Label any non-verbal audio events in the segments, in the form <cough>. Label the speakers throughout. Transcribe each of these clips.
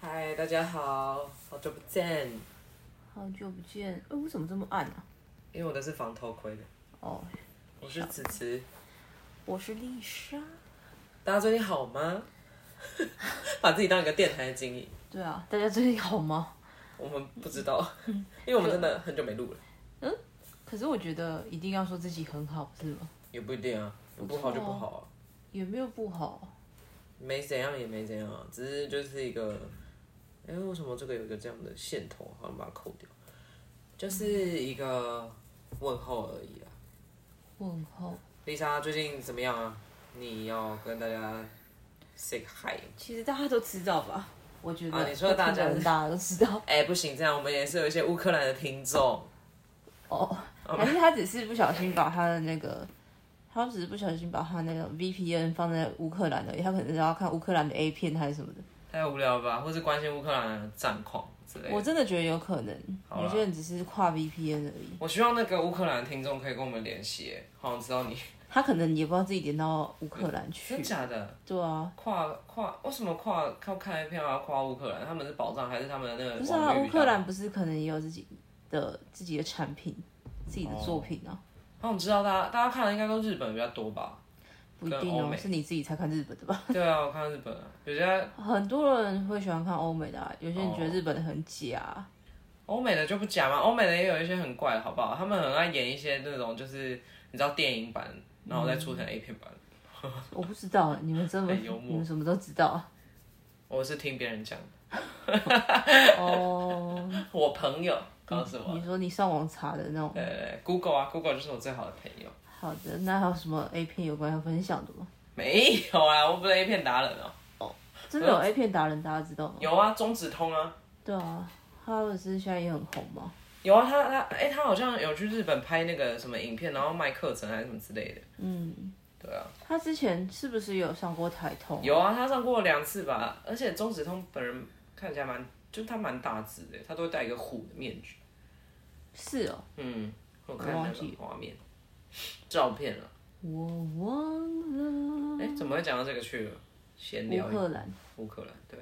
Speaker 1: 嗨，大家好，好久不见。
Speaker 2: 好久不见，哎、我怎么这么暗啊？
Speaker 1: 因为我的是防偷窥的，
Speaker 2: 哦，
Speaker 1: 我是子慈。
Speaker 2: 我是丽莎。
Speaker 1: 大家最近好吗？ <laughs> 把自己当一个电台的经营，
Speaker 2: 对啊，大家最近好吗？
Speaker 1: 我们不知道，因为我们真的很久没录了，
Speaker 2: 可是我觉得一定要说自己很好，是吗？
Speaker 1: 也不一定啊，有不好就不好啊，
Speaker 2: 也没有不好，
Speaker 1: 没怎样也没怎样啊，只是就是一个，哎、为什么这个有一个这样的线头，好像把它扣掉，就是一个问候而已啦。
Speaker 2: 问候。
Speaker 1: 丽莎最近怎么样啊？你要跟大家 say 个 hi 吗
Speaker 2: 其实大家都知道吧？我觉得、
Speaker 1: 啊你说的大家
Speaker 2: 我看着大家都知道
Speaker 1: 哎、不行，这样我们也是有一些乌克兰的听众。
Speaker 2: <laughs> 哦，还是他只是不小心把他的那个，他只是不小心把他那个 VPN 放在乌克兰而已，他可能是要看乌克兰的 A 片还是什么的。
Speaker 1: 太无聊了吧？或是关心乌克兰的战况之类的。
Speaker 2: 我真的觉得有可能，
Speaker 1: 好啦
Speaker 2: 有些人只是跨 VPN 而已，
Speaker 1: 我希望那个乌克兰的听众可以跟我们联系耶，好想知道你
Speaker 2: 他可能也不知道自己点到乌克兰去
Speaker 1: 真。假的
Speaker 2: 对啊，
Speaker 1: <laughs> 跨跨为什么跨靠开票啊跨乌克兰？他们是保障还是他们的那个？
Speaker 2: 不是啊，乌克。兰不是可能也有自己的自己的产品、自己的作品啊？
Speaker 1: 好想知道大家大家看的应该都日本比较多吧？
Speaker 2: 不一
Speaker 1: 跟
Speaker 2: 定
Speaker 1: 欧
Speaker 2: 哦
Speaker 1: 美，
Speaker 2: 是你自己才看日本的吧？
Speaker 1: 对啊，我看到日本啊，有 <laughs> 些
Speaker 2: 很多人会喜欢看欧美的、啊，有些人觉得
Speaker 1: 哦
Speaker 2: 日本的很假、啊
Speaker 1: 欧美的就不假嘛，欧美的也有一些很怪的，好不好？他们很爱演一些那种就是你知道电影版，然后再出成 A 片版。 <laughs>
Speaker 2: 我不知道你们怎么
Speaker 1: 哦很幽默
Speaker 2: 你们什么都知
Speaker 1: <laughs>
Speaker 2: 道啊？
Speaker 1: 我是听别人讲的，
Speaker 2: 哦，
Speaker 1: <laughs>
Speaker 2: 嗯
Speaker 1: 我朋友告诉我
Speaker 2: 你说你上网查的那种，
Speaker 1: 呃，Google 啊，Google 就是我最好的朋友。
Speaker 2: 好的，那还有什么 A 片有关要分享的吗？
Speaker 1: 没有啊，我不是 A 片达人哦、
Speaker 2: 真的有 A 片达人，大家知道吗？
Speaker 1: 有啊，中指通啊，
Speaker 2: 对啊，他不是现在也很红吗？
Speaker 1: 有啊，他他哎、他好像有去日本拍那个什么影片，然后卖课程还是什么之类的。
Speaker 2: 嗯，
Speaker 1: 对啊，
Speaker 2: 他之前是不是有上过台通？
Speaker 1: 有啊，他上过两次吧。而且中指通本人看起来蛮，就是他蛮大只的，他都会戴一个虎的面具。
Speaker 2: 是哦，
Speaker 1: 嗯，我看
Speaker 2: 我
Speaker 1: 那
Speaker 2: 忘记
Speaker 1: 个画面照片了。
Speaker 2: 我忘了。
Speaker 1: 哎、怎么会讲到这个去了？闲聊
Speaker 2: 乌
Speaker 1: 一
Speaker 2: 克兰，
Speaker 1: 乌克兰，对，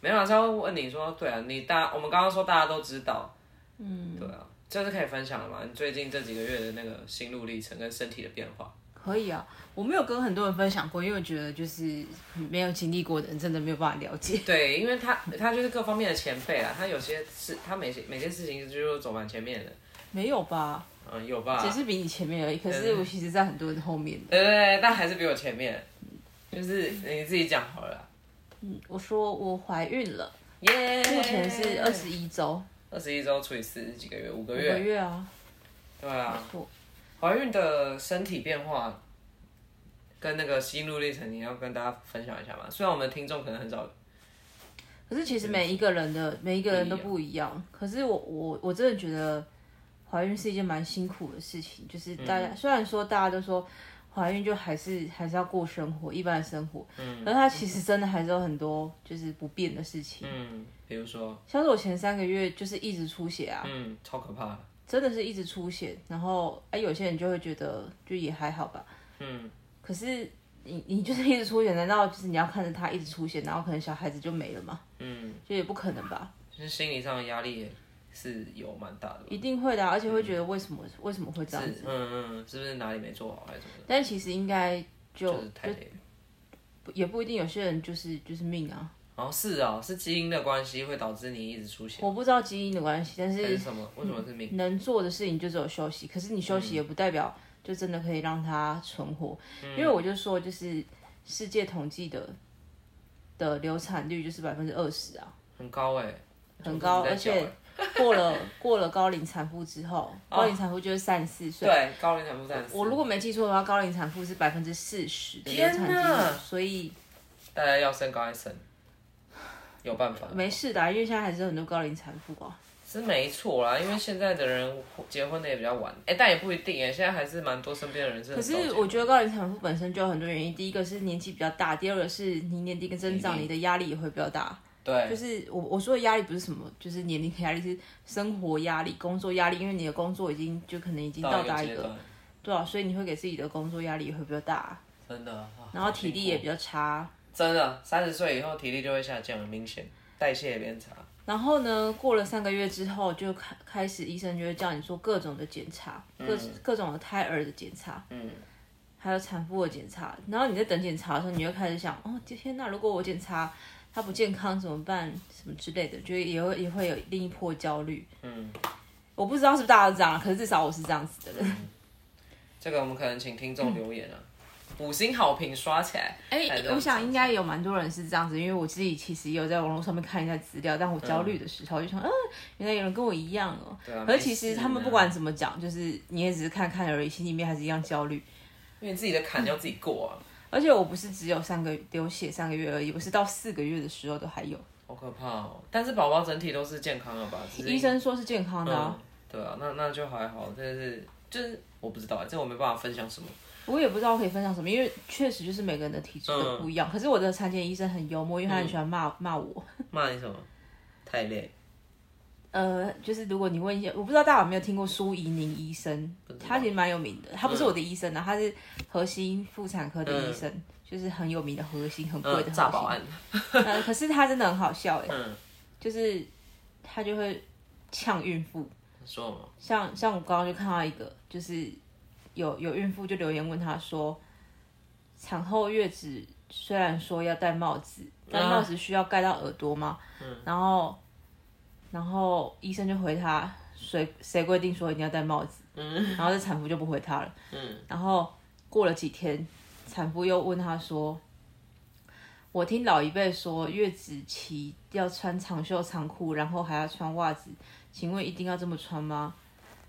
Speaker 1: 没有啊，是要问你说，对啊，你大，我们刚刚说大家都知道，嗯，对啊，这是可以分享的嘛？你最近这几个月的那个心路历程跟身体的变化，
Speaker 2: 可以啊，我没有跟很多人分享过，因为我觉得就是没有经历过的人真的没有办法了解。
Speaker 1: 对，因为他他就是各方面的前辈啦，他有些事，他每些每件事情就是走蛮前面的，
Speaker 2: 没有吧？
Speaker 1: 嗯，有吧？
Speaker 2: 只是比你前面而已。可是我其实，在很多人后面。
Speaker 1: 对对对，但还是比我前面，就是你自己讲好了啦，
Speaker 2: 嗯，我说我怀孕了，
Speaker 1: 耶、
Speaker 2: 目前是二十一周，
Speaker 1: 二十一周除以四是几个月，五个
Speaker 2: 五
Speaker 1: 月，
Speaker 2: 个月啊。
Speaker 1: 对啊，
Speaker 2: 错，
Speaker 1: 怀孕的身体变化跟那个心路历程，你要跟大家分享一下吗？虽然我们的听众可能很少，
Speaker 2: 可是其实每一个人的每一个人都不一样。可是我我我真的觉得怀孕是一件蛮辛苦的事情，就是大家、虽然说大家都说怀孕就还是还是要过生活，一般的生活，嗯，可是它其实真的还是有很多就是不便的事情。
Speaker 1: 嗯，比如说，
Speaker 2: 像是我前三个月就是一直出血啊，
Speaker 1: 嗯，超可怕的，
Speaker 2: 真的是一直出血。然后哎、有些人就会觉得就也还好吧。
Speaker 1: 嗯，
Speaker 2: 可是你你就是一直出血，难道就是你要看着他一直出血，然后可能小孩子就没了吗？
Speaker 1: 嗯，
Speaker 2: 就也不可能吧，
Speaker 1: 就是心理上的压力也是有蛮大的吧，
Speaker 2: 一定会的啊、而且会觉得为什么、为什么会这样
Speaker 1: 是
Speaker 2: 子？
Speaker 1: 嗯嗯，是不是哪里没做好还是什么的？
Speaker 2: 但其实应该就
Speaker 1: 就是太累了。
Speaker 2: 不也不一定，有些人就是就是命啊，
Speaker 1: 哦，是哦，是基因的关系会导致你一直出血，
Speaker 2: 我不知道基因的关系，但
Speaker 1: 还是
Speaker 2: 是
Speaker 1: 什么？为什么是命？嗯
Speaker 2: 能做的事情就只有休息，可是你休息也不代表就真的可以让它存活，因为我就说就是世界统计的的流产率就是百分之二十啊，
Speaker 1: 很高哎，
Speaker 2: 很高，
Speaker 1: 就是
Speaker 2: 而
Speaker 1: 你在啊
Speaker 2: 且
Speaker 1: 讲 <laughs>
Speaker 2: 过了过了高龄产妇之后，
Speaker 1: 哦
Speaker 2: 高龄产妇就是三十四岁。
Speaker 1: 对高龄产妇占四
Speaker 2: 我如果没记错的话，高龄产妇是百分之四十的流
Speaker 1: 天
Speaker 2: 产
Speaker 1: 哪
Speaker 2: 几率，所以
Speaker 1: 大家要生高一生，有办法
Speaker 2: 没事的啊、因为现在还是有很多高龄产妇啊。
Speaker 1: 是没错啦，因为现在的人结婚的也比较晚，哎、但也不一定哎，现在还是蛮多身边的人是
Speaker 2: 可
Speaker 1: 很早
Speaker 2: 是
Speaker 1: 结
Speaker 2: 我觉得高龄产妇本身就有很多原因，第一个是年纪比较大，第二个是你年龄跟增长，
Speaker 1: 年龄
Speaker 2: 你的压力也会比较大。
Speaker 1: 对，
Speaker 2: 就是我我说的压力不是什么，就是年龄的压力，是生活压力、工作压力，因为你的工作已经就可能已经到达
Speaker 1: 一
Speaker 2: 一
Speaker 1: 个阶
Speaker 2: 个，
Speaker 1: 段，
Speaker 2: 对啊，所以你会给自己的工作压力也会比较大，
Speaker 1: 真的，啊
Speaker 2: 然后体力也比较差。
Speaker 1: 真的，三十岁以后体力就会下降，很明显。代谢变差。
Speaker 2: 然后呢，过了三个月之后，就开开始医生就会叫你做各种的检查，各各种的胎儿的检查，
Speaker 1: 嗯，
Speaker 2: 还有产妇的检查。然后你在等检查的时候，你就开始想，哦，天呐，如果我检查它不健康怎么办？什么之类的，就也会也会有另一波焦虑。
Speaker 1: 嗯，
Speaker 2: 我不知道是不是大家都这样，可是至少我是这样子的人。
Speaker 1: 这个我们可能请听
Speaker 2: 嗯
Speaker 1: 众留言啊，五星好评刷起来。
Speaker 2: 哎、
Speaker 1: 还有这种
Speaker 2: 我想
Speaker 1: 情
Speaker 2: 应该有蛮多人是这样子，因为我自己其实也有在网络上面看一下资料，但我焦虑的时候就想，嗯、原来有人跟我一样哦、
Speaker 1: 对啊
Speaker 2: 可是
Speaker 1: 没
Speaker 2: 其实
Speaker 1: 事
Speaker 2: 他们
Speaker 1: 啊
Speaker 2: 不管怎么讲，就是你也只是看看而已，心里面还是一样焦虑。
Speaker 1: 因为自己的坎要自己过啊，
Speaker 2: 而且我不是只有三个流血三个月而已，我是到四个月的时候都还有。
Speaker 1: 好可怕哦。但是宝宝整体都是健康的吧？只是
Speaker 2: 医生说是健康的、啊
Speaker 1: 嗯，对啊，那那就还好，但是就是我不知道，啊这我没办法分享什么。
Speaker 2: 我也不知道可以分享什么，因为确实就是每个人的体质都不
Speaker 1: 嗯
Speaker 2: 一样。可是我的产检医生很幽默，因为他很喜欢骂骂我。
Speaker 1: 骂你什么？太累，
Speaker 2: 呃，就是如果你问一些，我不知道大家有没有听过苏怡宁医生
Speaker 1: 不知，道
Speaker 2: 他其实蛮有名的。他不是我的医生啊，他是核心妇产科的医生，就是很有名的核心，很贵的
Speaker 1: 嗯，
Speaker 2: 核
Speaker 1: 炸保
Speaker 2: 心。
Speaker 1: 安，
Speaker 2: 呃，可是他真的很好笑哎，
Speaker 1: 嗯，
Speaker 2: 就是他就会呛孕妇，
Speaker 1: 说嘛，
Speaker 2: 像像我刚刚就看到一个，就是有有孕妇就留言问他说，产后月子虽然说要戴帽子，但
Speaker 1: 啊嗯
Speaker 2: 帽子需要盖到耳朵吗？然后然后医生就回他，谁谁规定说一定要戴帽子？然后这产妇就不回他了。
Speaker 1: 嗯
Speaker 2: 然后过了几天，产妇又问他说。我听老一辈说，月子期要穿长袖长裤，然后还要穿袜子，请问一定要这么穿吗？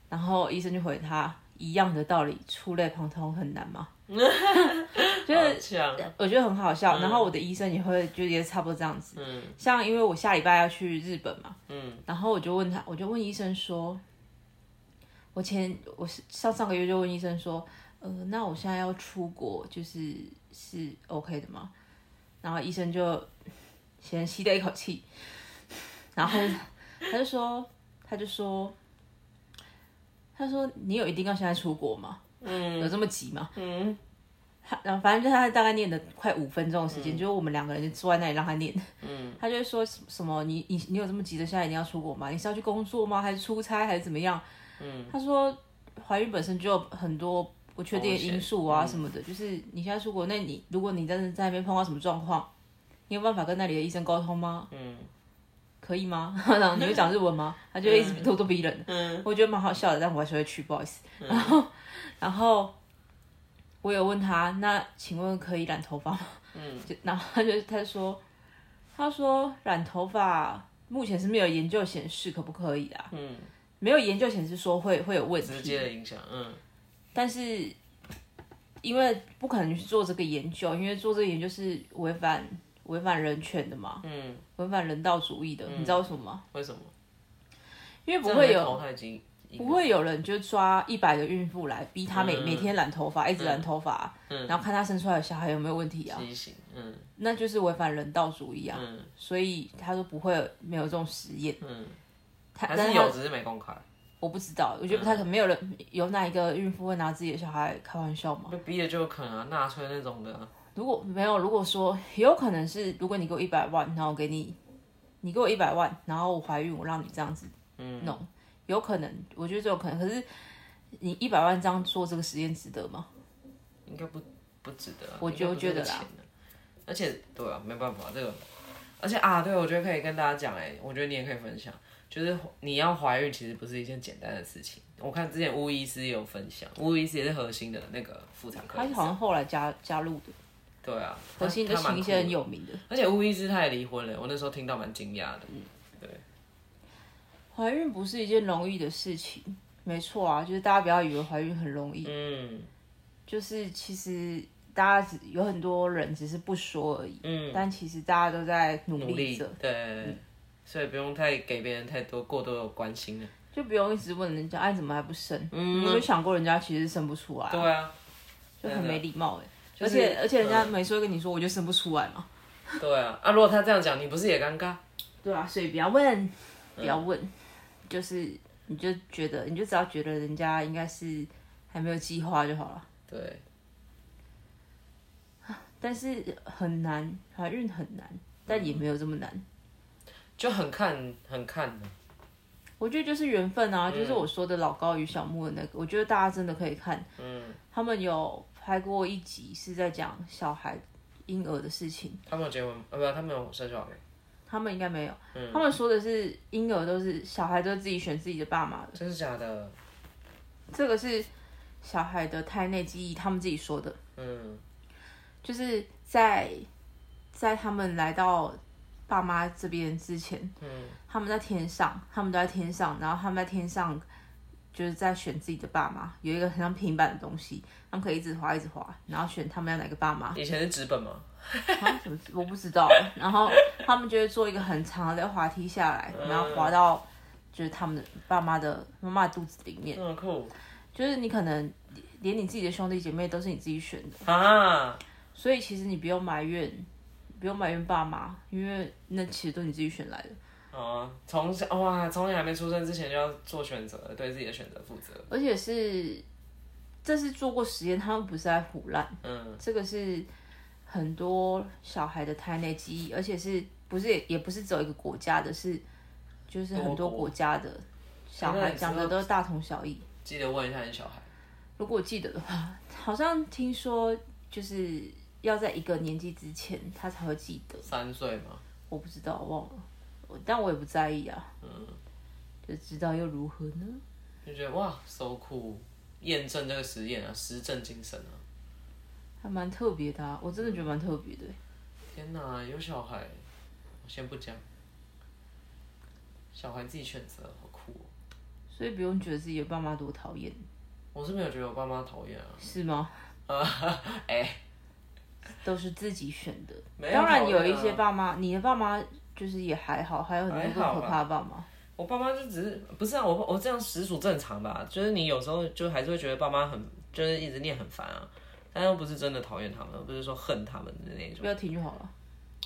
Speaker 2: 然后医生就回他一样的道理，触类旁通很难吗？就是
Speaker 1: 这样，
Speaker 2: 我觉得很好笑。然后我的医生也会就也差不多这样子。
Speaker 1: 嗯
Speaker 2: 像因为我下礼拜要去日本嘛，
Speaker 1: 嗯
Speaker 2: 然后我就问他，我就问医生说，我前我是上上个月就问医生说，呃，那我现在要出国，就是是 OK 的吗？然后医生就先吸了一口气， <laughs> 然后他就说，他就说，他说你有一定要现在出国吗？
Speaker 1: 嗯
Speaker 2: 有这么急吗？
Speaker 1: 嗯
Speaker 2: 他然后反正就是他大概念了快五分钟的时间，就是我们两个人就坐在那里让他念。
Speaker 1: 嗯，
Speaker 2: 他就会说什什么你你你有这么急着现在一定要出国吗？你是要去工作吗？还是出差还是怎么样？
Speaker 1: 嗯，
Speaker 2: 他说怀孕本身就有很多不确定的因素啊
Speaker 1: 风险嗯
Speaker 2: 什么的，就是你现在出国，那你如果你真的在那边碰到什么状况，你有办法跟那里的医生沟通吗？
Speaker 1: 嗯
Speaker 2: 可以吗？ <laughs> 然后你会讲日文吗？他就会一直咄咄逼人。
Speaker 1: 嗯，
Speaker 2: 我觉得蛮好笑的，但我还是会去，不好意思。然后， <laughs> 然后我有问他，那请问可以染头发吗？
Speaker 1: 嗯
Speaker 2: 就，然后他就他就说，他说染头发目前是没有研究显示可不可以啊？
Speaker 1: 嗯，
Speaker 2: 没有研究显示说会会有问
Speaker 1: 直
Speaker 2: 题，
Speaker 1: 接的影响，嗯
Speaker 2: 但是因为不可能去做这个研究，因为做这个研究是违反违反人权的嘛，
Speaker 1: 嗯，
Speaker 2: 违反人道主义的，你知道为什么吗？
Speaker 1: 为什么？
Speaker 2: 因为不会有
Speaker 1: 淘汰基因，
Speaker 2: 不会有人就抓一百个孕妇来逼她每、
Speaker 1: 嗯
Speaker 2: 每天染头发，一直染头发，然后看她生出来的小孩有没有问题啊？
Speaker 1: 畸形，嗯
Speaker 2: 那就是违反人道主义啊！
Speaker 1: 嗯
Speaker 2: 所以他说不会有没有这种实验，
Speaker 1: 嗯，
Speaker 2: 他
Speaker 1: 还
Speaker 2: 但
Speaker 1: 是
Speaker 2: 是
Speaker 1: 有，嗯
Speaker 2: 他
Speaker 1: 只是没公开，
Speaker 2: 我不知道，我觉得不太可能，没有人有哪一个孕妇会拿自己的小孩开玩笑嘛？
Speaker 1: 被逼的就有可能啊，纳粹那种的啊，
Speaker 2: 如果没有，如果说有可能是，如果你给我一百万，然后我给你，你给我一百万，然后我怀孕，我让你这样子
Speaker 1: 嗯
Speaker 2: 弄，有可能，我觉得这有可能。可是你一百万这样做这个实验值得吗？
Speaker 1: 应该不不值得啊，
Speaker 2: 我觉
Speaker 1: 应该不是
Speaker 2: 我觉得
Speaker 1: 这个
Speaker 2: 啦
Speaker 1: 钱啊而且对啊，没办法，这个，而且啊，对，我觉得可以跟大家讲，哎，我觉得你也可以分享，就是你要怀孕其实不是一件简单的事情。我看之前巫医师也有分享，巫医师也是核心的那个妇产科
Speaker 2: 他
Speaker 1: 医
Speaker 2: 好
Speaker 1: 生，
Speaker 2: 像后来加加入的，
Speaker 1: 对啊，
Speaker 2: 核心
Speaker 1: 他
Speaker 2: 就
Speaker 1: 他蛮
Speaker 2: 请一
Speaker 1: 酷
Speaker 2: 些
Speaker 1: 的
Speaker 2: 很有名的。
Speaker 1: 而且巫医师他也离婚了，我那时候听到蛮惊讶的。
Speaker 2: 怀孕不是一件容易的事情，没错啊，就是大家不要以为怀孕很容易，
Speaker 1: 嗯
Speaker 2: 就是其实大家只有很多人只是不说而已，
Speaker 1: 嗯，
Speaker 2: 但其实大家都在努
Speaker 1: 努
Speaker 2: 力
Speaker 1: 力
Speaker 2: 着，嗯
Speaker 1: 对，所以不用太给别人太多过多的关心了。
Speaker 2: 就不用一直问人家，哎，你怎么还不生？
Speaker 1: 嗯
Speaker 2: 你有没有想过人家其实生不出来啊、
Speaker 1: 对啊，
Speaker 2: 就很没礼貌哎、
Speaker 1: 就是
Speaker 2: 而且而且人家每次会跟你说，我就生不出来嘛。
Speaker 1: 对啊，啊，如果他这样讲，你不是也尴尬？
Speaker 2: 对啊，所以不要问，不要问，就是你就觉得，你就只要觉得人家应该是还没有计划就好了。
Speaker 1: 对，
Speaker 2: 但是很难，怀孕很难，但也没有这么难。
Speaker 1: 就很看很看的，
Speaker 2: 我觉得就是缘分啊，就是我说的老高与小木的那个，我觉得大家真的可以看，
Speaker 1: 嗯，
Speaker 2: 他们有拍过一集是在讲小孩婴儿的事情，
Speaker 1: 他们有结婚，呃，不，他们有生小孩，
Speaker 2: 他们应该没有，他们说的是婴儿都是小孩都是自己选自己的爸妈的，
Speaker 1: 真是假
Speaker 2: 啊
Speaker 1: 的？
Speaker 2: 这个是小孩的胎内记忆，他们自己说的，
Speaker 1: 嗯
Speaker 2: 就是在在他们来到爸妈这边之前，
Speaker 1: 嗯
Speaker 2: 他们在天上，他们都在天上，然后他们在天上就是在选自己的爸妈，有一个很像平板的东西，他们可以一直滑一直滑，然后选他们要哪个爸
Speaker 1: <laughs> 。
Speaker 2: 妈
Speaker 1: 以前是纸本嘛，
Speaker 2: 啊什么我不知道。然后他们就会做一个很长的滑梯下来，然后滑到就是他们的爸妈的妈妈的肚子里面。
Speaker 1: 那么哦酷
Speaker 2: 嗯就是你可能连你自己的兄弟姐妹都是你自己选的，
Speaker 1: 啊！
Speaker 2: 所以其实你不用埋怨，不用埋怨爸妈，因为那其实都你自己选来的。
Speaker 1: 哦，从小哇，从你还没出生之前就要做选择，对自己的选择负责。
Speaker 2: 而且是这是做过实验，他们不是在胡乱，
Speaker 1: 嗯
Speaker 2: 这个是很多小孩的胎内记忆，而且是不是也也不是只有一个国家的，是就是很
Speaker 1: 多
Speaker 2: 多
Speaker 1: 国
Speaker 2: 国家的小
Speaker 1: 那
Speaker 2: 孩
Speaker 1: 你
Speaker 2: 讲
Speaker 1: 知
Speaker 2: 的
Speaker 1: 道
Speaker 2: 都大同小异。
Speaker 1: 记得问一下你小孩。
Speaker 2: 如果我记得的话， <laughs> 好像听说就是要在一个年纪之前他才会记得，
Speaker 1: 三岁嘛，
Speaker 2: 我不知道，我忘了，我但我也不在意啊，就知道又如何呢？
Speaker 1: 就觉得哇，so cool，验证这个实验啊，实证精神啊！
Speaker 2: 还蛮特别的、啊，我真的觉得蛮特别的欸、
Speaker 1: 天哪，有小孩，我先不讲，小孩自己选择，好酷哦！
Speaker 2: 所以不用觉得自己的爸妈多讨厌，
Speaker 1: 我是没有觉得我爸妈讨厌啊，
Speaker 2: 是吗？
Speaker 1: 哎、
Speaker 2: 都是自己选的。
Speaker 1: 没有
Speaker 2: 当然有
Speaker 1: 讨厌
Speaker 2: 一
Speaker 1: 啊
Speaker 2: 些爸妈，你的爸妈就是也还好，还有很多
Speaker 1: 还好
Speaker 2: 个可
Speaker 1: 吧
Speaker 2: 怕的爸妈。
Speaker 1: 我爸妈就只是不是啊，我我这样实属正常吧，就是你有时候就还是会觉得爸妈很就是一直念很烦啊，但又不是真的讨厌他们，不是说恨他们的那种。
Speaker 2: 不要听就好了。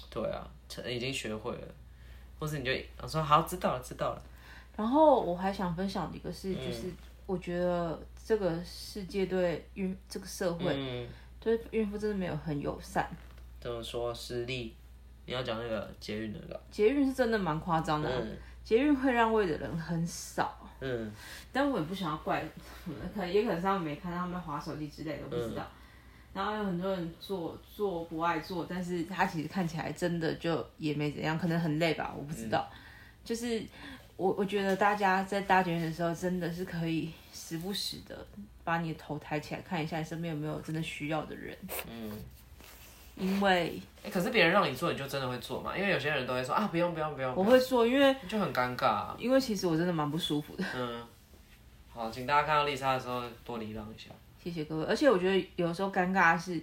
Speaker 1: 对啊，成已经学会了，或是你就我说好知道了知道了，
Speaker 2: 然后我还想分享一个是，
Speaker 1: 嗯
Speaker 2: 就是我觉得这个世界对孕这个社会
Speaker 1: 嗯，
Speaker 2: 对孕妇真的没有很友善。
Speaker 1: 怎么说实力？你要讲那个捷运的那个，
Speaker 2: 捷运是真的蛮夸张的啊、
Speaker 1: 嗯
Speaker 2: 捷运会让位的人很少，
Speaker 1: 嗯，
Speaker 2: 但我也不想要怪，可能也可能是他们没看到他们在划手机之类的，我不知道。然后有很多人做做不爱做，但是他其实看起来真的就也没怎样，可能很累吧，我不知道。就是我我觉得大家在搭捷运的时候，真的是可以时不时的把你的头抬起来看一下，你身边有没有真的需要的人。嗯，因为
Speaker 1: 哎、可是别人让你做，你就真的会做嘛？因为有些人都会说啊，不用不用不用，
Speaker 2: 我会做，因为
Speaker 1: 就很尴尬、啊。
Speaker 2: 因为其实我真的蛮不舒服的。
Speaker 1: 嗯，好，请大家看到丽莎的时候多礼让一下。
Speaker 2: 谢谢各位。而且我觉得有时候尴尬的是，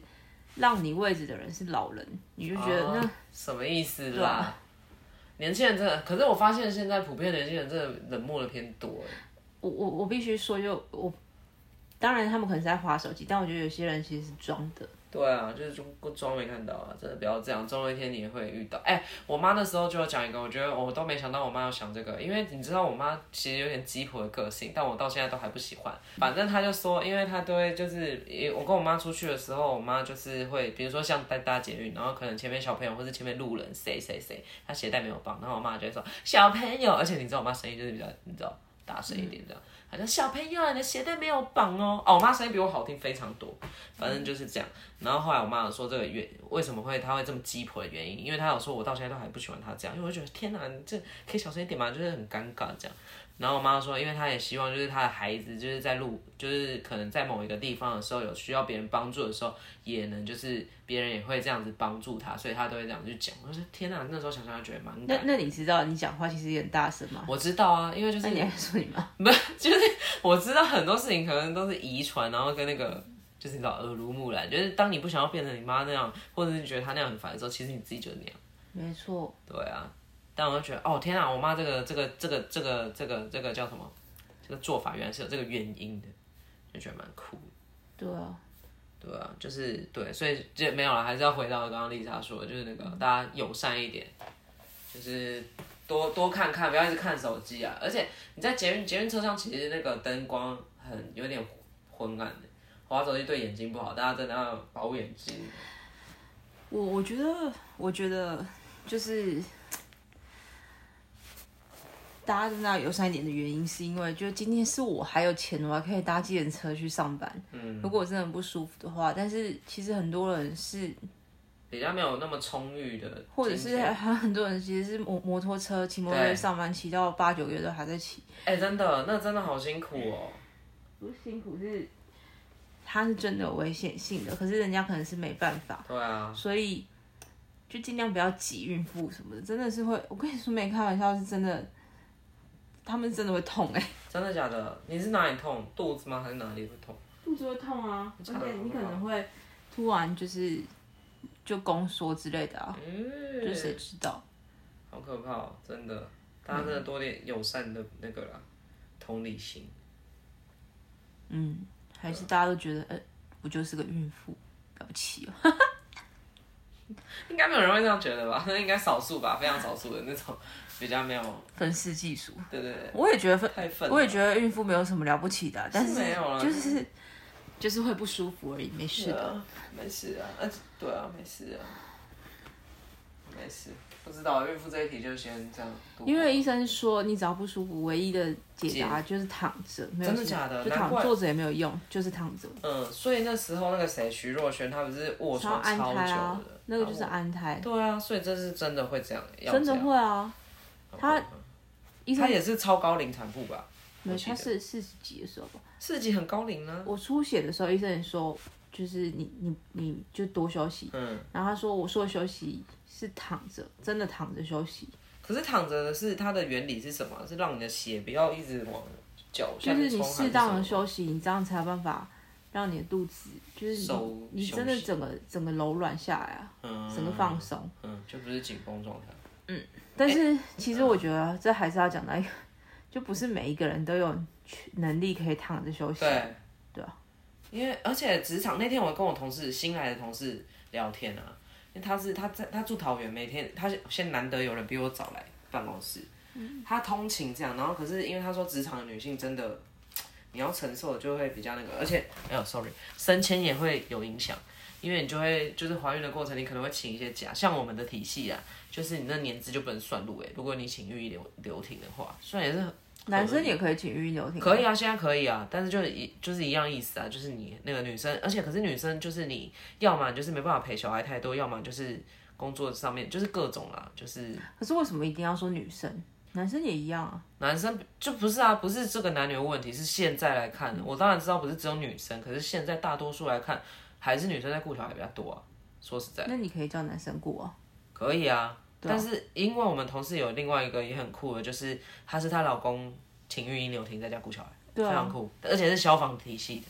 Speaker 2: 让你位置的人是老人，你就觉得那、
Speaker 1: 啊什么意思
Speaker 2: 对
Speaker 1: 啦
Speaker 2: 啊？
Speaker 1: 年轻人真的，可是我发现现在普遍年轻人真的冷漠的偏多欸。
Speaker 2: 我我我必须说就，我当然他们可能是在划手机，但我觉得有些人其实是装的。
Speaker 1: 对啊，就是装装没看到啊，真的不要这样，总有一天你也会遇到。哎、我妈那时候就有讲一个，我觉得我都没想到我妈要想这个，因为你知道我妈其实有点鸡婆的个性，但我到现在都还不喜欢。反正她就说，因为她都会就是，因我跟我妈出去的时候，我妈就是会，比如说像搭搭捷运，然后可能前面小朋友或是前面路人谁谁谁，她鞋带没有绑，然后我妈就会说小朋友，而且你知道我妈声音就是比较，你知道大声一点这样。好像小朋友，你的鞋带没有绑哦。哦，我妈声音比我好听非常多，反
Speaker 2: 嗯
Speaker 1: 正就是这样。然后后来我妈有说这个原为什么会她会这么鸡婆的原因，因为她有说我到现在都还不喜欢她这样，因为我就觉得天哪，你这可以小声一点吗？就是很尴尬这样。然后我妈说，因为她也希望就是她的孩子就是在路，就是可能在某一个地方的时候有需要别人帮助的时候，也能就是别人也会这样子帮助她，所以她都会这样去讲。我就说天哪，那时候想想就觉得蛮
Speaker 2: 那
Speaker 1: 感。
Speaker 2: 那你知道你讲话其实也很大声吗？
Speaker 1: 我知道啊，因为就是
Speaker 2: 那你还说你妈？
Speaker 1: 我知道很多事情可能都是遗传，然后跟那个就是你知道耳濡目染，就是当你不想要变成你妈那样，或者是你觉得她那样很烦的时候，其实你自己就是那样。
Speaker 2: 没错，
Speaker 1: 对啊，但我就觉得哦天啊，我妈这个这个这个这个这个这个叫什么？这个做法原来是有这个原因的，就觉得蛮酷的。
Speaker 2: 对啊，
Speaker 1: 对啊，就是对，所以就没有了，还是要回到刚刚丽莎说的，就是那个
Speaker 2: 嗯
Speaker 1: 大家友善一点，就是多多看看，不要一直看手机啊。而且你在捷运捷运车上，其实那个灯光很有点昏暗的，滑手机对眼睛不好，大家真的要保护眼睛。
Speaker 2: 我我觉得我觉得就是大家真的要友善一点的原因，是因为就今天是我还有钱，我还可以搭计程车去上班。嗯，如果我真的不舒服的话，但是其实很多人是，
Speaker 1: 比较没有那么充裕的金钱，
Speaker 2: 或者是还有很多人其实是摩摩托车骑摩托车
Speaker 1: 对
Speaker 2: 上班，骑到八九月都还在骑。
Speaker 1: 哎、真的，那真的好辛苦哦。
Speaker 2: 不是辛苦是，它是真的有危险性的，可是人家可能是没办法。
Speaker 1: 对啊，
Speaker 2: 所以就尽量不要挤孕妇什么的，真的是会，我跟你说没开玩笑，是真的，他们真的会痛哎、
Speaker 1: 真的假的？你是哪里痛？肚子吗？还是哪里会痛？
Speaker 2: 肚子会痛啊，而
Speaker 1: 而且你可能
Speaker 2: 会突然就是就宫缩之类的啊，
Speaker 1: 嗯，
Speaker 2: 就谁知道？
Speaker 1: 好可怕、哦，真的。大家真的多点友善的那个啦，同理心。
Speaker 2: 嗯，还是大家都觉得，呃，我就是个孕妇，了不起哦。
Speaker 1: 应该没有人会这样觉得吧？那 <laughs> 应该少数吧，非常少数的那种，比较没有，
Speaker 2: 粉饰技术，
Speaker 1: 对对对，
Speaker 2: 我也觉
Speaker 1: <laughs>
Speaker 2: 得分，
Speaker 1: 太愤，
Speaker 2: 我也觉得孕妇没有什么了不起的啊、但是
Speaker 1: 没有啊
Speaker 2: 就是就是会不舒服而已，没事的。
Speaker 1: 啊，没事啊，而且对啊，没事啊，没事。不知道孕妇这一题就先这样度过，
Speaker 2: 因为医生说，你只要不舒服，唯一的解答就是躺着，没有
Speaker 1: 真的
Speaker 2: 其他
Speaker 1: 假的
Speaker 2: 就
Speaker 1: 难
Speaker 2: 躺
Speaker 1: 怪
Speaker 2: 坐着也没有用，就是躺着。
Speaker 1: 嗯，所以那时候那个谁徐若瑄她不是卧
Speaker 2: 然
Speaker 1: 床
Speaker 2: 后安
Speaker 1: 超久
Speaker 2: 胎啊
Speaker 1: 的，，
Speaker 2: 那个就是
Speaker 1: 然后
Speaker 2: 安胎，
Speaker 1: 对啊，所以这是真的会这样，要
Speaker 2: 真的
Speaker 1: 这样
Speaker 2: 会啊。她医生
Speaker 1: 她也是超高龄产妇吧？
Speaker 2: 没有，
Speaker 1: 我记
Speaker 2: 他
Speaker 1: 得
Speaker 2: 是四十几的时候吧，
Speaker 1: 四级很高龄呢、
Speaker 2: 我出血的时候，医生也说，就是你你你就多休息。
Speaker 1: 嗯，
Speaker 2: 然后他说，我说的休息是躺着，真的躺着休息，
Speaker 1: 可是躺着的是它的原理是什么？是让你的血不要一直往脚下
Speaker 2: 就是
Speaker 1: 去冲，
Speaker 2: 你
Speaker 1: 还是
Speaker 2: 适当
Speaker 1: 什
Speaker 2: 的
Speaker 1: 么
Speaker 2: 休息，你这样才有办法让你的肚子，就是
Speaker 1: 收
Speaker 2: 你你真的
Speaker 1: 休息
Speaker 2: 整个整个柔软下来啊，
Speaker 1: 嗯
Speaker 2: 整个放松。
Speaker 1: 嗯，就不是紧绷状态。
Speaker 2: 但是其实我觉得这还是要讲到一个， <laughs> 就不是每一个人都有去能力可以躺着休息。
Speaker 1: 对，
Speaker 2: 对啊，
Speaker 1: 因为而且职场那天我跟我同事新来的同事聊天啊，因为他是他在他住桃园，每天他先难得有人比我早来办公室，
Speaker 2: 嗯
Speaker 1: 他通勤这样，然后可是因为他说职场的女性真的。你要承受的就会比较那个，而且没有，sorry，升迁也会有影响，因为你就会就是怀孕的过程，你可能会请一些假，像我们的体系啊，就是你那年资就不能算入诶、欸如果你请育医留留停的话，虽然也是很
Speaker 2: 男生也可以请育婴留停。
Speaker 1: 可以啊，现在可以啊，但是就是一就是一样意思啊，就是你那个女生，而且可是女生就是你要么就是没办法陪小孩太多，要么就是工作上面就是各种啦，就是
Speaker 2: 可是为什么一定要说女生？男生也一样啊。
Speaker 1: 男生就不是啊，不是这个男女的问题，是现在来看，
Speaker 2: 嗯
Speaker 1: 我当然知道不是只有女生，可是现在大多数来看还是女生在顾小孩比较多啊，说实在。
Speaker 2: 那你可以叫男生雇啊。
Speaker 1: 可以啊，
Speaker 2: 对啊
Speaker 1: 但是因为我们同事有另外一个也很酷的，就是她是她老公请育婴留停在家顾小孩，
Speaker 2: 对啊
Speaker 1: 非常酷，而且是消防体系的，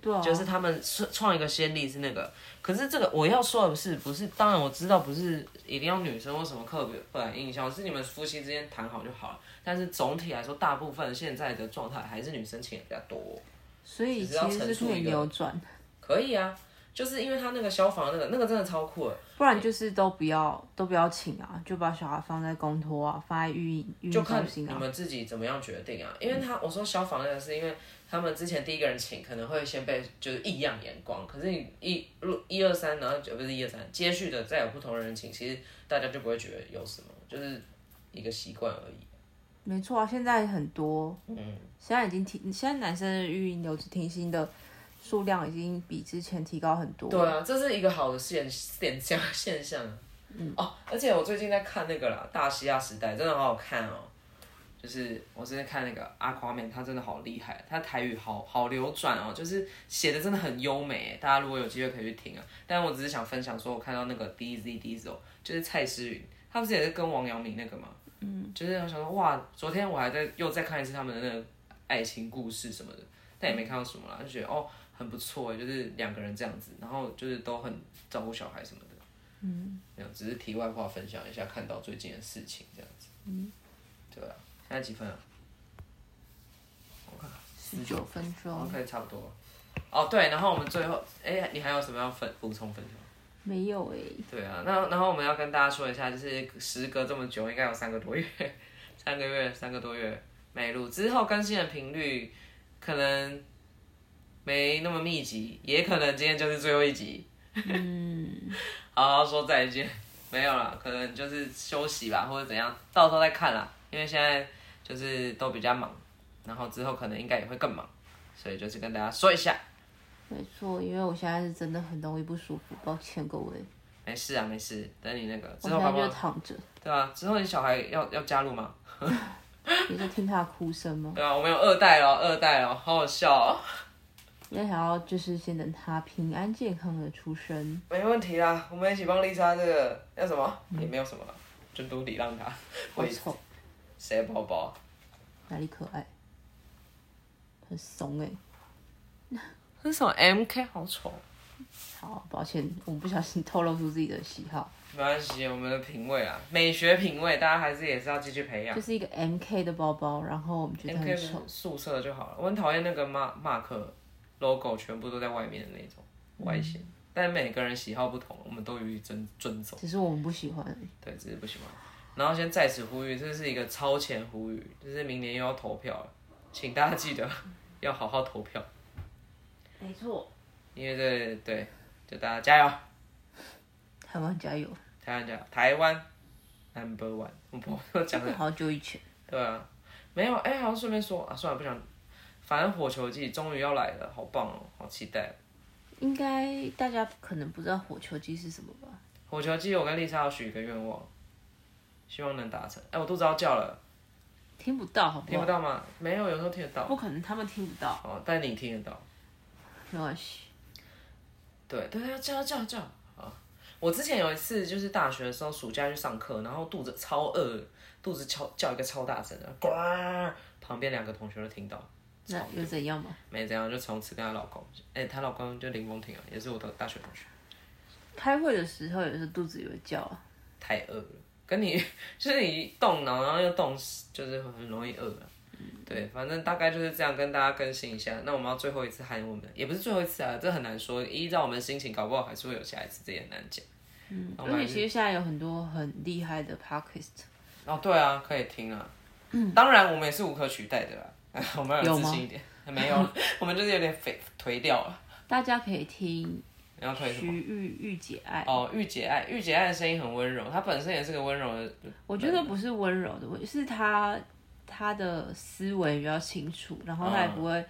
Speaker 2: 对啊。
Speaker 1: 就是他们创创一个先例是那个。可是这个我要说的是，不是当然我知道不是一定要女生或什么刻别刻板印象，是你们夫妻之间谈好就好了。但是总体来说，大部分现在的状态还是女生请的比较多。
Speaker 2: 所以
Speaker 1: 只是要
Speaker 2: 其实
Speaker 1: 陈
Speaker 2: 是
Speaker 1: 述
Speaker 2: 可
Speaker 1: 一
Speaker 2: 以
Speaker 1: 个
Speaker 2: 扭转，
Speaker 1: 可以啊，就是因为他那个消防那个那个真的超酷的，
Speaker 2: 不然就是都不要都不要请啊，就把小孩放在公托啊，放在育婴育
Speaker 1: 就
Speaker 2: 婴
Speaker 1: 看
Speaker 2: 中心
Speaker 1: 你
Speaker 2: 啊。
Speaker 1: 们自己怎么样决定啊。因为他我说消防那个是因为他们之前第一个人请可能会先被就是异样眼光，可是你一入一二三，然后就不是一二三，接续的再有不同的人请，其实大家就不会觉得有什么，就是一个习惯而已。
Speaker 2: 没错啊，现在很多，
Speaker 1: 嗯，
Speaker 2: 现在已经提，现在男生的育婴留职停薪的数量已经比之前提高很多。
Speaker 1: 对啊，这是一个好的现现象现象。嗯、哦，而且我最近在看那个啦，《大西亚时代》真的好好看哦。就是我之前看那个阿夸妹，她真的好厉害，她台语好好流转哦，就是写的真的很优美。大家如果有机会可以去听啊。但我只是想分享说，我看到那个 DZ Diesel，就是蔡诗芸，她不是也是跟王阳明那个吗？嗯，就是我想说，哇，昨天我还在又再看一次他们的那个爱情故事什么的，但也没看到什么啦，就觉得哦很不错耶，就是两个人这样子，然后就是都很照顾小孩什么的。嗯，没有，只是题外话分享一下看到最近的事情这样子。嗯，对啊，现在几分啊？
Speaker 2: 十九分钟
Speaker 1: OK，差不多了。哦，对，然后我们最后，哎，你还有什么要分补充分享？
Speaker 2: 没有哎、
Speaker 1: 对啊，那然后我们要跟大家说一下，就是时隔这么久，应该有三个多月， <laughs> 三个月，三个多月没录，之后更新的频率可能没那么密集，也可能今天就是最后一集。嗯， <laughs> 好好说再见，没有啦，可能就是休息吧，或者怎样，到时候再看啦，因为现在就是都比较忙，然后之后可能应该也会更忙，所以就是跟大家说一下，
Speaker 2: 没错，因为我现在是真的很容易不舒服，抱歉各位，
Speaker 1: 没事啊，没事，等你那个之
Speaker 2: 我现
Speaker 1: 后
Speaker 2: 在
Speaker 1: 好不
Speaker 2: 就
Speaker 1: 好？
Speaker 2: 躺 <laughs> 着，
Speaker 1: 对啊，之后你小孩要要加入吗？
Speaker 2: 你在听他的哭声吗？
Speaker 1: 对啊，我们有二代哦，二代哦，好好笑哦。
Speaker 2: 因为想要就是先等他平安健康的出生，
Speaker 1: 没问题啦，我们一起帮丽莎这个要什么？也没有什么啦，就都礼让她。
Speaker 2: 好丑，
Speaker 1: 谁宝宝？
Speaker 2: 哪里可爱？很怂哎、
Speaker 1: 是什么 MK 好丑？哦
Speaker 2: 好，抱歉，我不小心透露出自己的喜好，
Speaker 1: 没关系，我们的品味啊，美学品味，大家还是也是要继续培养
Speaker 2: 就。是一个 M K 的包包，然后我们觉得
Speaker 1: M
Speaker 2: 很
Speaker 1: K
Speaker 2: 丑，
Speaker 1: 宿舍就好了。我很讨厌那个 mark mark logo 全部都在外面的那种
Speaker 2: 嗯
Speaker 1: 外形，但每个人喜好不同，我们都予以尊尊重。
Speaker 2: 只是我们不喜欢而已。
Speaker 1: 对，只是不喜欢。然后先在此呼吁，这是一个超前呼吁，就是明年又要投票了，请大家记
Speaker 2: <laughs>
Speaker 1: 得要好好投票，
Speaker 2: 没错，
Speaker 1: 因为这对，就大家加油，
Speaker 2: 台湾加油！
Speaker 1: 台湾加油，台湾 number one，我
Speaker 2: 嗯
Speaker 1: 不我 <laughs> 讲的
Speaker 2: 好久以前，
Speaker 1: <laughs> 对啊，没有，哎、好像顺便说啊，算了，不想，反正火球季终于要来了，好棒哦，好期待。
Speaker 2: 应该大家可能不知道火球机是什么吧？
Speaker 1: 火球季，我跟丽莎要许一个愿望，希望能达成。哎、我肚子要叫了，
Speaker 2: 听不到，好不
Speaker 1: 听不
Speaker 2: 好？
Speaker 1: 到吗？没有，有时候听得到。
Speaker 2: 不可能，他们听不到，
Speaker 1: 哦，但你听得到。
Speaker 2: 没关系。
Speaker 1: 对，对，要叫叫叫啊！我之前有一次就是大学的时候，暑假去上课，然后肚子超饿，肚子超叫一个超大声的，呱！旁边两个同学都听到，
Speaker 2: 那又怎样嘛？
Speaker 1: 没怎样，就从此跟她老公，哎、她老公就林峰婷啊，也是我的大学同学，
Speaker 2: 开会的时候，有时候肚子也会叫啊。
Speaker 1: 太饿了，跟你 <laughs> 就是你一动脑，然后又动，就是很容易饿啊。
Speaker 2: 嗯
Speaker 1: 对，反正大概就是这样，跟大家更新一下。那我们要最后一次喊我们，也不是最后一次啊，这很难说。依照我们的心情，搞不好还是会有下一次，这也很难讲。哦
Speaker 2: 嗯，
Speaker 1: 我们
Speaker 2: 而且其实现在有很多很厉害的 podcast，
Speaker 1: 哦，对啊，可以听啊。
Speaker 2: 嗯
Speaker 1: 当然我们也是无可取代的啦， <laughs> 我们要
Speaker 2: 有
Speaker 1: 自
Speaker 2: 吗
Speaker 1: 信一点。没有，我们就是有点肥颓掉了。
Speaker 2: 大家可以听
Speaker 1: 然后推什
Speaker 2: 徐
Speaker 1: 么？
Speaker 2: 玉玉姐爱。
Speaker 1: 哦，御姐爱，御姐爱的声音很温柔，她本身也是个温柔的。
Speaker 2: 我觉得不是温柔的问题，是他他的思维比较清楚，然后他也
Speaker 1: 嗯
Speaker 2: 不会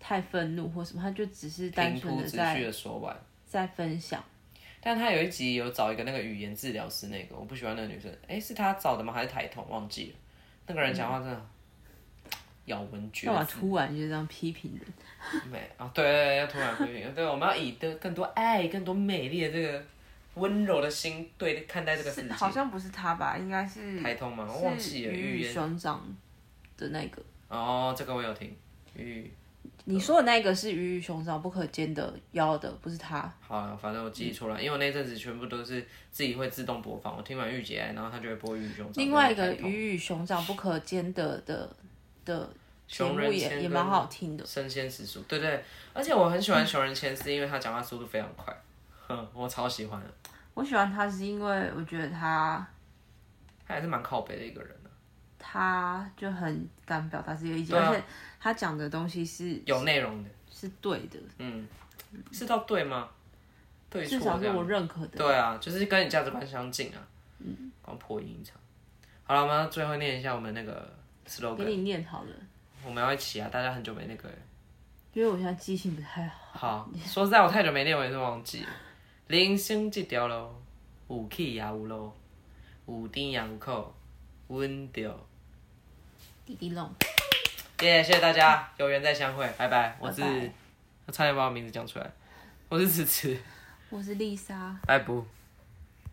Speaker 2: 太愤怒或什么，他就只是单
Speaker 1: 平
Speaker 2: 纯
Speaker 1: 铺
Speaker 2: 的
Speaker 1: 直
Speaker 2: 在
Speaker 1: 叙的说完，
Speaker 2: 在分享。
Speaker 1: 但她有一集有找一个那个语言治疗师，那个我不喜欢那个女生，哎，是她找的吗？还是台统忘记了？那个人讲话真的咬文嚼
Speaker 2: 干嘛
Speaker 1: 字，
Speaker 2: 突然就这样批评人？
Speaker 1: 美啊，对对对，要突然回应，对，我们要以的更多爱、更多美丽的这个温柔的心对看待这个世界。
Speaker 2: 好像不是他吧？应该是
Speaker 1: 台通吗？我忘
Speaker 2: 是
Speaker 1: 记了
Speaker 2: 鱼
Speaker 1: 预
Speaker 2: 与
Speaker 1: 言。
Speaker 2: 熊掌的那个。
Speaker 1: 哦，这个我有听。预
Speaker 2: 你说的那个是鱼与熊掌不可兼得妖的，不是他。
Speaker 1: 好了，反正我记出来，因为我那阵子全部都是自己会自动播放。我听完御姐爱，然后他就会播御熊掌。
Speaker 2: 另外一
Speaker 1: 然
Speaker 2: 个
Speaker 1: 后台通
Speaker 2: 鱼与熊掌不可兼得的的节
Speaker 1: 熊
Speaker 2: 目
Speaker 1: 仁谦
Speaker 2: 也也
Speaker 1: 跟
Speaker 2: 蛮好听的。
Speaker 1: 生鲜时速，对对，而且我很喜欢熊仁谦，是因为他讲话速度非常快，哼，我超喜欢的。
Speaker 2: 我喜欢他是因为我觉得他
Speaker 1: 他还是蛮靠北的一个人啊，
Speaker 2: 他就很敢表达自己的意见，
Speaker 1: 对啊
Speaker 2: 而且他讲的东西是
Speaker 1: 有内容的，
Speaker 2: 是对的，
Speaker 1: 嗯，是到对吗？对
Speaker 2: 至
Speaker 1: 错
Speaker 2: 少
Speaker 1: 这
Speaker 2: 是
Speaker 1: 样
Speaker 2: 我认可的。
Speaker 1: 对啊，就是跟你价值观相近啊。嗯，刚破音一场。好了，我们要最后念一下我们那个 slogan，
Speaker 2: 给你念好了，
Speaker 1: 我们要一起啊！大家很久没那个了。
Speaker 2: 因为我现在记性不太好。
Speaker 1: 好，说实在，我太久没念，我也是忘记了。人生这条路，有起也有落，有甜也有苦，稳着。
Speaker 2: 滴滴弄，
Speaker 1: 耶、谢谢大家，有缘再相会，拜拜。我是，
Speaker 2: 拜拜
Speaker 1: 我差点把我名字讲出来，我是迟迟，
Speaker 2: 我是丽莎。
Speaker 1: 拜不。